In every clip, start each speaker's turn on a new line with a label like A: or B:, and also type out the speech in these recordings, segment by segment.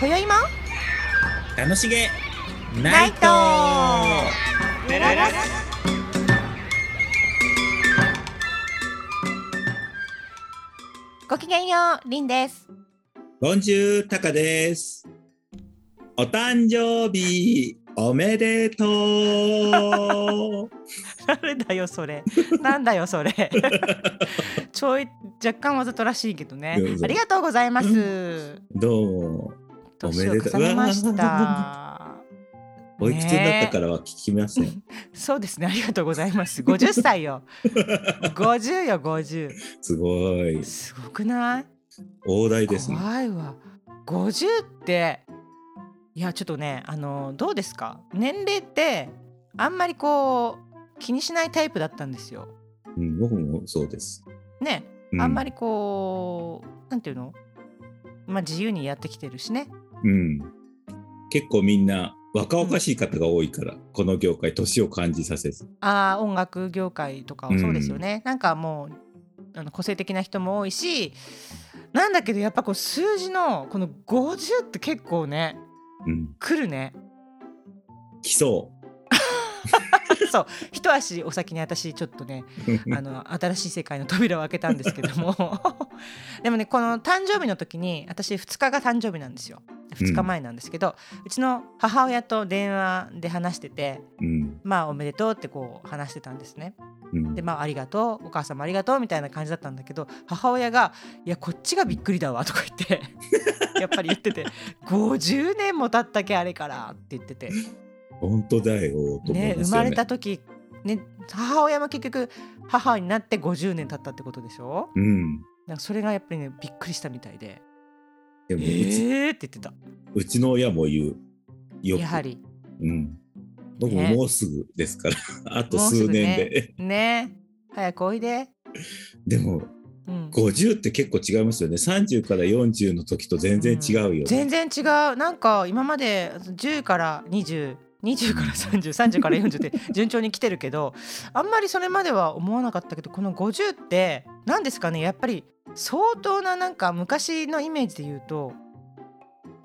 A: 今宵も
B: 楽しげ
A: ナ
B: ナ
A: イ
B: イ
A: ト
B: ト
A: ごきげんようりんです
B: ボンジュータカですお誕生日おめ でとう
A: 誰だよそれなんだよそ れちょい若干わざとらしいけどね
B: どうぞ
A: ありがとうございます
B: どうおめ
A: 年を
B: でとう
A: 重ねました
B: おいくつになったかららは聞きません、
A: そうですねありがとうございます50歳 よ50よ50
B: すごい
A: すごくない
B: 大台ですね
A: 怖いわ50っていやちょっとねあのどうですか年齢ってあんまりこう気にしないタイプだったんですよ
B: うん、僕もそうです、
A: ね
B: う
A: あんまりこう、なんていうのまあ自由にやってきてるしね
B: うん、結構みんな若々しい方が多いから、この業界年を感じさせず
A: あー音楽業界とかはそうですよね、なんかもうあの個性的な人も多いしなんだけどやっぱこう数字のこの50って結構ね
B: うん、
A: 来るね
B: 来そ
A: そう一足お先に私ちょっとね
B: う
A: あの新しい世界の扉を開けたんですけどもでもねこの誕生日の時に私2日が誕生日なんですよ2日前なんですけど、うちの母親と電話で話してて
B: うん
A: まあおめでとうってこう話してたんですね
B: うん
A: でまあありがとうお母さんもありがとうみたいな感じだったんだけど母親が「いやこっちがびっくりだわ」とか言ってやっぱり言ってて「50年も経ったけあれから」って言ってて
B: 本当だよと思い
A: ね
B: ま
A: 生
B: す
A: ま
B: よ
A: れ
B: ね
A: た時ね母親も結局母になって50年経ったってことでしょ
B: うん
A: なんかそれがやっぱりねびっくりしたみたいで
B: で
A: 「え
B: もうち,、
A: ー!」って言ってた
B: うちの親も言うよく
A: やはり
B: うん、僕も
A: ね
B: もうすぐですから あと
A: もうす
B: 数
A: ぐ
B: 年で、
A: ね早くおいで、
B: でも
A: うん、
B: 50って結構違いますよね30から40の時と全然違うよね、
A: 全然違うなんか今まで10から2020から3030から40って順調に来てるけどあんまりそれまでは思わなかったけどこの50って何ですかねやっぱり相当ななんか昔のイメージで言うと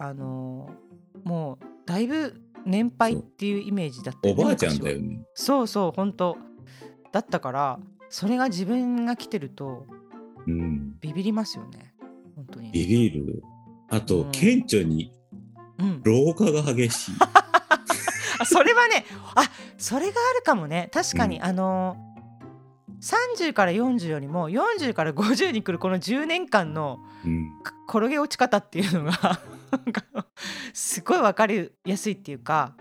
A: あのーもうだいぶ年配っていうイメージだった
B: おばあちゃんだ
A: 昔は
B: よね
A: そうそう本当だったからそれが自分が来てると
B: うん
A: ビビりますよね本当に
B: ビビるあと、
A: うん
B: 顕著に
A: うん
B: 老化が 激しい
A: あそれはねあそれがあるかもね確かに、
B: う
A: あの30から40よりも40から50に来るこの10年間の
B: うん
A: か転げ落ち方っていうのがなんかすごい分かりやすいっていうか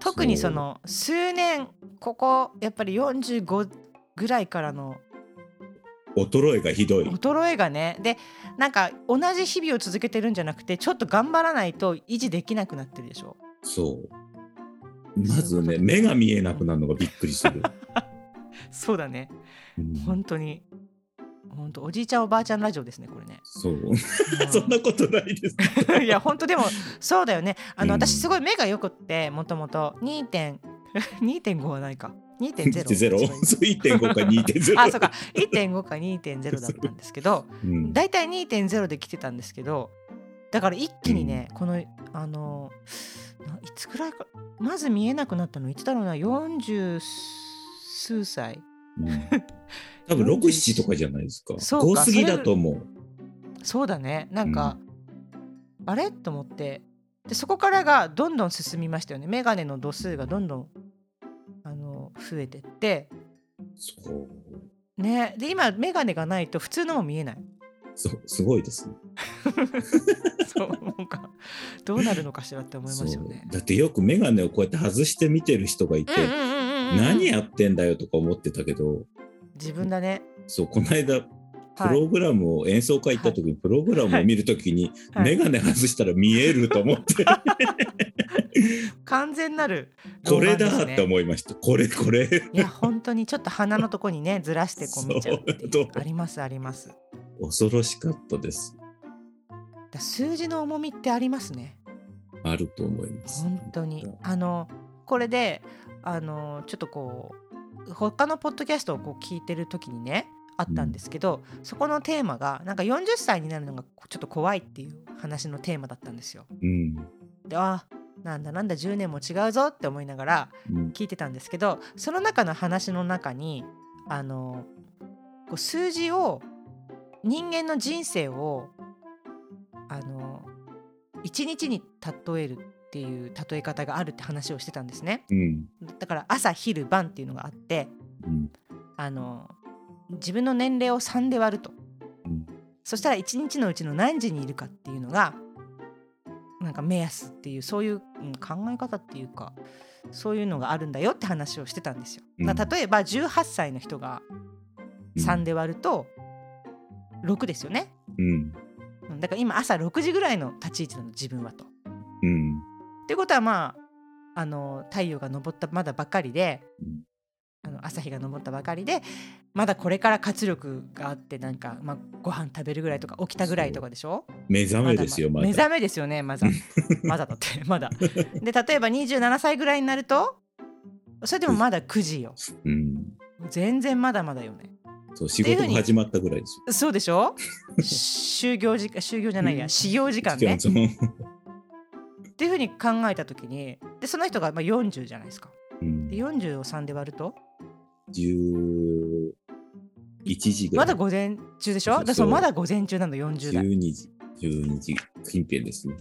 A: 特にその数年ここやっぱり45ぐらいからの
B: 衰えがひど い。
A: 衰えがねでなんか同じ日々を続けてるんじゃなくてちょっと頑張らないと維持できなくなってるでしょ
B: そう。まず
A: そうい
B: ね、
A: うこと
B: 目が見えなくなるのがびっくりする。
A: そうだね
B: うん
A: 本当に本当おじいちゃんおばあちゃんラジオですねこれね
B: そう。 そんなことないです。
A: いや本当でもそうだよねあの、
B: うん
A: 私すごい目がよくってもともと2点 2.5はないか2.0
B: ゼロ。そう、1.5か2.0。
A: あそうか1.5か2.0だったんですけど
B: うん。
A: 大体2.0で来てたんですけどだから一気にね、このあのないつくらいかまず見えなくなったのいつだろうな40数歳
B: うん多分6、7とかじゃないですか。
A: そうか
B: 5過ぎだと思う。
A: そうだねなんか、あれと思ってでそこからがどんどん進みましたよね眼鏡の度数がどんどんあの増えてって
B: そう。
A: ねで今眼鏡がないと普通のも見 えない
B: そう、すごいですね。
A: そうなんかどうなるのかしらって思います
B: そ
A: よ
B: う
A: ね。
B: だってよく眼鏡をこうやって外して見てる人がいて、何
A: や
B: やってんだよとか思ってたけど、
A: 自分だね。
B: そう、この間、プ
A: はい
B: ログラムを演奏会行った時にプログラムを見る時に
A: はい
B: 眼鏡外したら見えると思 って
A: 完全なる
B: これ
A: 老
B: だ
A: 眼
B: っ
A: で
B: て
A: すね
B: 思いました。これこれ。
A: いや本当にちょっと鼻のとこにねずらしてこう見ちゃうってい
B: そうう
A: ありますあります。
B: 恐ろしかったです。
A: だ数字の重みってありますね。
B: あると思います。
A: 本当にあのこれであのちょっとこう他のポッドキャストをこう聞いてる時にねあったんですけど、そこのテーマがなんか40歳になるのがちょっと怖いっていう話のテーマだったんですよ。
B: うん
A: であなんだなんだ10年も違うぞって思いながら
B: うん
A: 聞いてたんですけどその中の話の中にあのこう数字を人間の人生をあの1日に例えるっていう例え方があるって話をしてたんですね。
B: うん
A: だから朝昼晩っていうのがあって
B: うん
A: あの自分の年齢を3で割ると、
B: うん
A: そしたら1日のうちの何時にいるかっていうのがなんか目安っていうそういう、うん考え方っていうかそういうのがあるんだよって話をしてたんですよ。
B: うん
A: だから例えば18歳の人が3で割ると6ですよね。
B: うん
A: うんだから今朝6時ぐらいの立ち位置なの自分はと。
B: うん
A: ってことはまああの太陽が昇ったまだばかりで、
B: うん
A: あの朝日が昇ったばかりでまだこれから活力があってなんか、まあ、ご飯食べるぐらいとか起きたぐらいとかでしょ
B: 目覚めですよ
A: ま
B: ま
A: だ
B: だ
A: 目覚めですよね まだまだだってまだ。で例えば27歳ぐらいになるとそれでもまだ9時よ
B: うん
A: 全然まだまだよね。
B: そう仕事が始まったぐらいですよ
A: そうでしょ就業時間就業じゃないや、
B: うん
A: 始業時間ね。
B: その
A: っていうふうに考えた時にでその人がまあ40じゃないですか。
B: うん
A: で40を3で割ると
B: 11時ぐら
A: ま
B: い
A: だ午前中でしょ
B: そ
A: だ
B: う
A: からそうまだ午前中なの40代。
B: 12時12時近辺ですね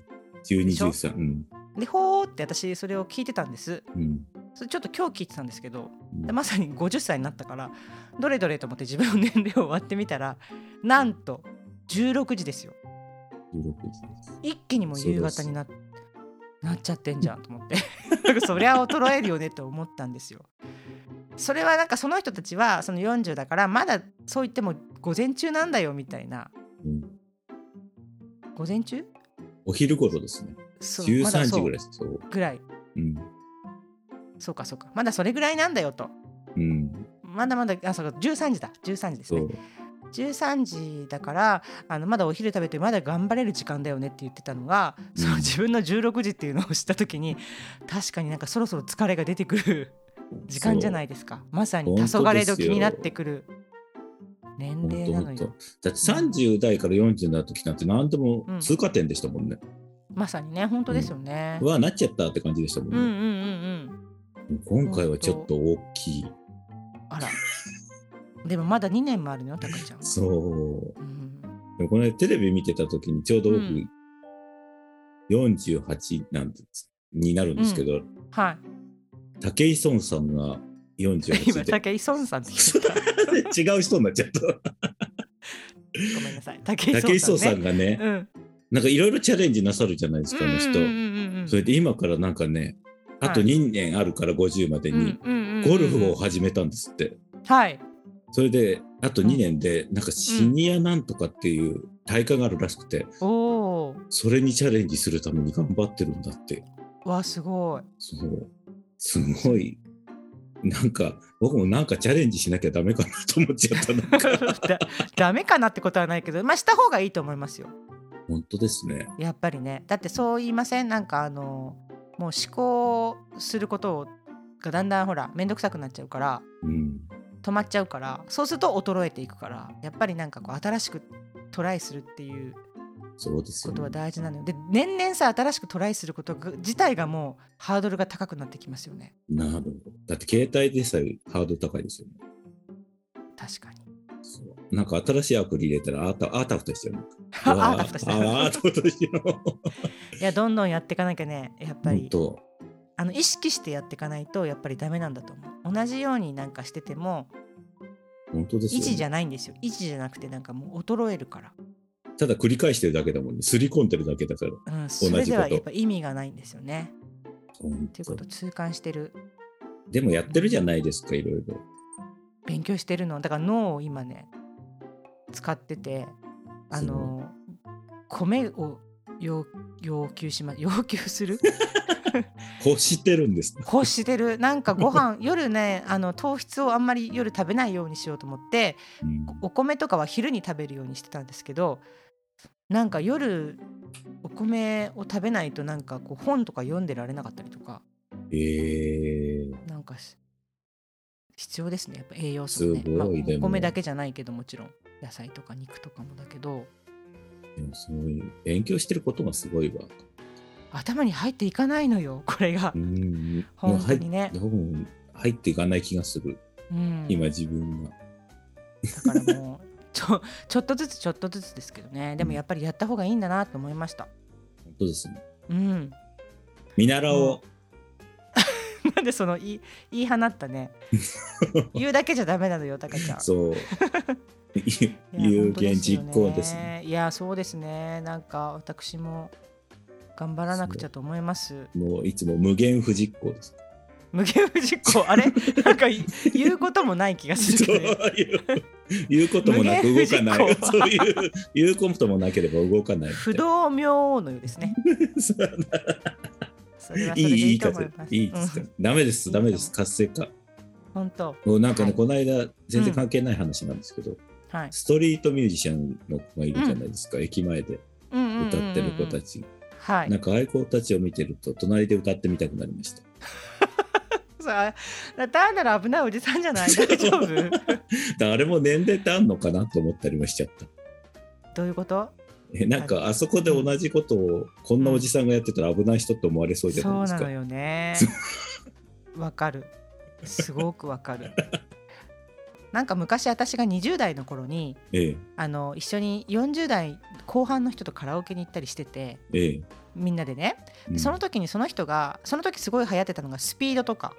B: 12
A: でしょ
B: 時さうん
A: でほーって私それを聞いてたんです。
B: うん
A: それちょっと今日聞いてたんですけど
B: うん
A: でまさに50歳になったからどれどれと思って自分の年齢を割ってみたらなんと16時ですよ。
B: 16時です
A: 一気にもう
B: そうです
A: 夕方になっなっちゃってんじゃんと 思ってなんかそりゃ衰えるよねって思ったんですよ。それはなんかその人たちはその40だからまだそう言っても午前中なんだよみたいな
B: うん
A: 午前中
B: お昼頃ですね
A: そうまだ
B: 13
A: そ
B: 時
A: う
B: ぐらいですそう
A: ぐらい
B: うん
A: そうかそうかまだそれぐらいなんだよと
B: うん
A: まだまだあそうか13時だ13時です
B: そ
A: ね
B: う
A: 13時だからあのまだお昼食べてまだ頑張れる時間だよねって言ってたのが、
B: うん
A: その自分の16時っていうのを知った時に確かになんかそろそろ疲れが出てく る時間じゃないですかまさに黄昏時になってくる年
B: 本
A: 齢
B: 当
A: なの
B: 本当
A: よ
B: だって30代から40になる時なんて何でも
A: うん
B: 通過点でしたもんね、
A: まさにね本当ですよね、
B: うわなっちゃったって感じでしたもん
A: うん、うん
B: ね、
A: うんうん
B: 今回はちょっと大きい
A: あらでもまだ2年もあるのよたかちゃんは、
B: そう
A: うん、
B: でもこの間テレビ見てた時にちょうど僕、
A: うん
B: 48なんてになるんですけど、
A: はい
B: 武井壮さんが
A: 今
B: 48で
A: 武井壮さんって言った
B: 違う人になっちゃ った
A: ごめんなさい武
B: 武井
A: 井
B: 壮
A: 壮
B: さ
A: さ
B: ん
A: んね
B: がね、
A: うん
B: なんかいろいろチャレンジなさるじゃないですか、あの人、
A: うんうんうんうん
B: それで今からなんかねあと
A: はい
B: 2年あるから50までに
A: うんうんうんうん
B: ゴルフを始めたんですって、
A: はい
B: それであと2年でなんかシニアなんとかっていう大会があるらしくて
A: お
B: それにチャレンジするために頑張ってるんだって
A: おわあすごい
B: そうすごいなんか僕もなんかチャレンジしなきゃダメかなと思っちゃっ たなんか
A: だダメかなってことはないけどまあした方がいいと思いますよ
B: 本当ですね
A: やっぱりねだってそう言いませんなんかあのもう思考することがだんだんほら面倒くさくなっちゃうから
B: うん
A: 止まっちゃうからそうすると衰えていくからやっぱりなんかこう新しくトライするっていう
B: そうです
A: こ
B: よ
A: とは
B: ね
A: 大事なのよで年々さ新しくトライすることが自体がもうハードルが高くなってきますよね
B: なるほどだって携帯でさえハードル高いですよね
A: 確かに
B: そうなんか新しいアプリ入れたらアートアータフトしてるの
A: ああたふたした
B: あーアータフトしてる
A: いやどんどんやっていかなきゃねやっぱり
B: 本当
A: あの意識してやっていかないとやっぱりダメなんだと思う同じようになんかしてても
B: 本当です
A: 維
B: よ、
A: 持
B: ね
A: じゃないんですよ維持じゃなくてなんかもう衰えるから、
B: ただ繰り返してるだけだもんね。すり込んでるだけだから。
A: うん、それで
B: 同じこ
A: は
B: と
A: やっぱ意味がないんですよねっていうことを痛感してる
B: でもやってるじゃないですか、いろいろ。
A: 勉強してるのだから脳を今ね使っててあの米を要要求しま要求する
B: こうしてるんです。
A: 欲してるなんかご飯夜ねあの糖質をあんまり夜食べないようにしようと思って
B: うん
A: お米とかは昼に食べるようにしてたんですけどなんか夜お米を食べないとなんかこう本とか読んでられなかったりとか
B: えー、
A: なんかし必要ですねやっぱ栄養素もね
B: すごい
A: まあ
B: でも
A: お米だけじゃないけどもちろん野菜とか肉とかもだけど
B: でもすごい勉強してることがすごいわ。
A: 頭に入っていかないのよ これが
B: う、ん。
A: 本当にね
B: もう入っ多分入っていかない気がする。
A: うん、
B: 今自分が。
A: だからもう ちょちょっとずつちょっとずつですけどねでもやっぱりやった方がいいんだなと思いました
B: 本当ですね。
A: うん
B: 見習おう。
A: なんでその言い言い放った ね言うだけじゃダメなのよタカちゃん
B: そう。
A: いや
B: 有言実行です
A: 本
B: ね。
A: 当よいやそうですねなんか私も頑張らなくちゃと思います
B: もういつも無限不実 行です。
A: 無限不実行あ れなんかい言うこともない気がする
B: そう
A: けど
B: いう言うこともなく動かない。そういう言うこともなければ動かない。
A: 不動明王のようですね
B: そう
A: それはそ
B: い
A: れ
B: い
A: で
B: い
A: い
B: い
A: いと
B: か
A: 思います
B: いいですか。ダメですダメです
A: いい
B: 活性化。
A: うん本当
B: もうなんかね、
A: はい
B: この間全然関係ない話なんですけど、
A: はい
B: ストリートミュージシャンの子がいるじゃないですか、駅前で
A: 歌
B: 歌ってる子た
A: ち
B: ち、
A: はい
B: なんかああいう子たちを見てると隣で歌ってみたくなりました
A: さあ、単なる危ないおじさんじゃない大丈 夫
B: 誰も年齢ってあんのかなと思ったりもしちゃった
A: どういうこと
B: えなんかあそこで同じことをこんなおじさんがやってたら危ない人って思われそうじゃない
A: そう
B: です
A: な
B: か
A: のよ ね。わかる。すごくわかる。なんか昔私が20代の頃に
B: え
A: あの一緒に40代後半の人とカラオケに行ったりしてて
B: えええ
A: みんなでね、
B: うん
A: その時にその人がその時すごい流行ってたのがスピードとか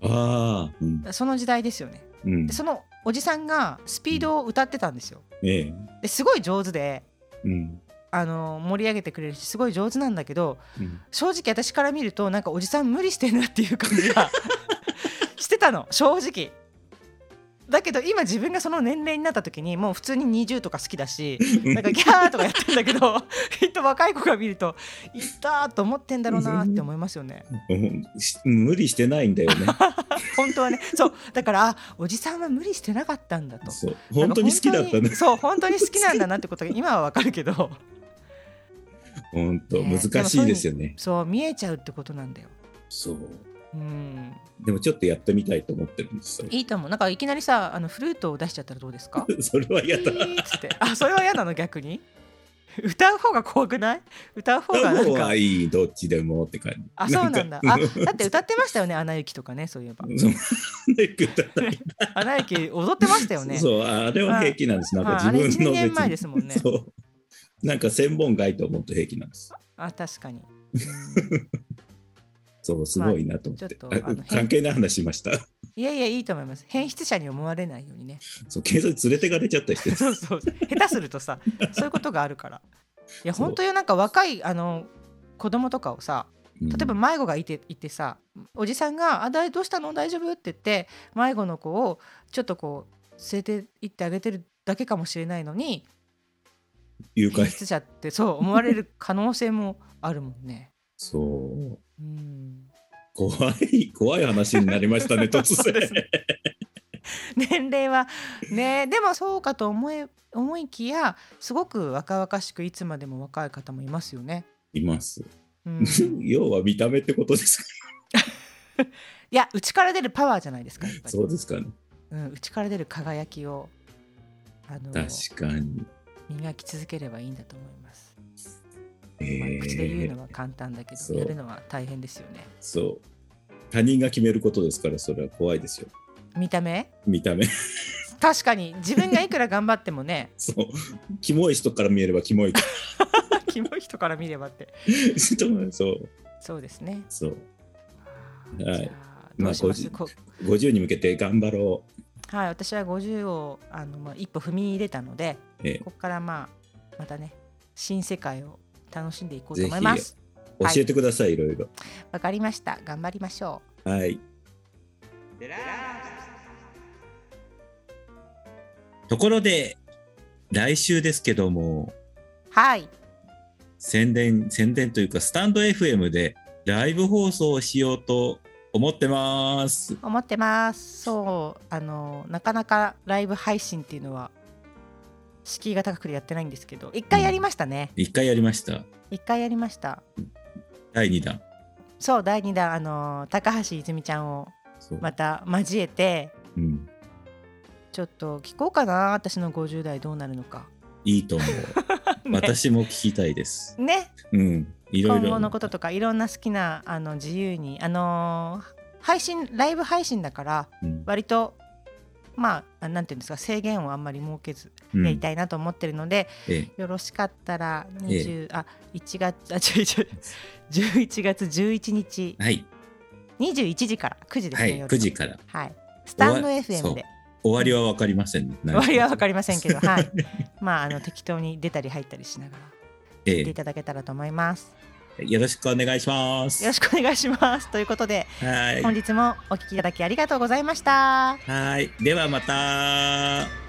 B: ああうん
A: その時代ですよね
B: うん
A: でそのおじさんがスピードを歌ってたんですよ
B: ええ
A: ですごい上手で
B: うん
A: あの盛り上げてくれるしすごい上手なんだけど
B: うん
A: 正直私から見るとなんかおじさん無理してんなっていう感じ がしてたの正直だけど今自分がその年齢になった時にもう普通に20とか好きだしなんかギャーとかやってんだけ どきっと若い子が見るといったーと思ってんだろうなって思いますよね
B: うんし無理してないんだよ ね
A: 本当はねそうだからあおじさんは無理してなかったんだと
B: そう本当に好きだった
A: なんか本当
B: ね
A: にそう本当に好きなんだなってことが今はわかるけど
B: 本当
A: ね
B: 難しいですよね
A: そう見えちゃうってことなんだよ
B: そう
A: うん
B: でもちょっとやってみたいと思ってるんですよ。
A: いいと思うなんかいきなりさあのフルートを出しちゃったらどうですか
B: それは
A: ピ
B: 嫌だ。
A: ーッつってあそれは嫌なの逆に歌う方が怖くない歌う方がな
B: 歌
A: ん
B: う
A: か
B: はいい、どっちでもって感じ。
A: あそうなんだ
B: か
A: あだって歌ってましたよね「アナ雪」とかねそういえば
B: そんなに歌わない
A: 「アナ雪」踊ってましたよね
B: そう、あれは平気なんです。なんか
A: はいあ
B: 自
A: れ
B: 分の
A: 12年前で
B: 別
A: すもん
B: に
A: ね
B: そう。なんか千本街と思うと平気なんです。
A: あ確かに
B: そう、すごいなと思って。
A: まあちょっとあの
B: あ関係ない話しました。
A: いやいやいいと思います変質者に思われないようにね
B: そう、警察連れてかれちゃったりして。
A: そうそう下手するとさそういうことがあるからいや
B: そう
A: 本当よなんか若いあの子供とかをさ
B: 例
A: 例えば、迷子がいていてさおじさんが「あだいどうしたの大丈夫?」って言って迷子の子をちょっとこう連れて行ってあげてるだけかもしれないのに
B: 誘
A: 変
B: 拐。
A: 質者ってそう思われる可能性もあるもんね。
B: そう。
A: うん
B: 怖い、怖い話になりました ね、突
A: そうで
B: 然
A: す。年齢はねでもそうかと思い思いきやすごく若々しくいつまでも若い方もいますよね。
B: います。
A: うんい
B: 要は見た目ってことですか。
A: や内から出るパワーじゃないですかやっぱり
B: そうですかね。
A: うん、内から出る輝きをあの
B: 確かに。
A: 磨き続ければいいんだと思います。
B: え
A: まあ
B: ー
A: 口で言うのは簡単だけ
B: そ
A: ど、
B: う
A: やるのは大変ですよね。
B: そう。他人が決めることですから、それは怖いですよ。
A: 見た目
B: 見た目。
A: 確かに自分がいくら頑張ってもね
B: そう。キモい人から見えればキモい。
A: キモい人から見ればって
B: そう。
A: そうですね。
B: そう。はい
A: じゃあ
B: まあ
A: どうします
B: 50
A: こ
B: 50に向けて頑張ろ
A: はい、私は50をあの、まあ、一歩踏み入れたので、
B: ええ
A: ここから、まあ、またね新世界を楽しんでいこうと思います。
B: う。教
A: はい
B: えてください、い、ろいろ。
A: わかりました。頑張りましょう。
B: はい。ところで、来週ですけども、
A: はい。
B: 宣伝、宣伝というか、スタンド FM でライブ放送をしようと思ってます。
A: 思ってますそうあのなかなかライブ配信っていうのは敷居が高くてやってないんですけど一回やりましたね
B: 一回やりました。
A: 一回やりました
B: 第2弾。
A: そう第2弾あの高橋泉ちゃんを
B: そう
A: また交えて
B: うん、
A: ちょっと聞こうかな私の50代どうなるのか。
B: いいと思う。
A: ね
B: 私も聞きたいです。
A: ね
B: うん、いろ
A: 今
B: いろ。
A: 後のこととかいろんな好きなあの自由にあのー配信ライブ配信だから
B: うん
A: 割とまああなんていうんですか制限をあんまり設けず
B: うん
A: やりたいなと思ってるので、
B: ええ
A: よろしかったら
B: ええ
A: 20、あ1月あ11 11月11日
B: はい、
A: 21時から9時です
B: は
A: ね、
B: い、
A: 夜
B: 9時から。
A: はいスタンド
B: 終わ
A: FM で
B: 終わりはわかりませんね。
A: 終わりは分か
B: り。
A: りませんけど、はい、まああの適当に出たり入ったりしながら
B: え
A: 聞いていただけたらと思います。
B: えよろしくお願いします。
A: よろしくお願いしますということで
B: はい。
A: 本日もお聞きいただきありがとうございました。
B: はい。ではまた。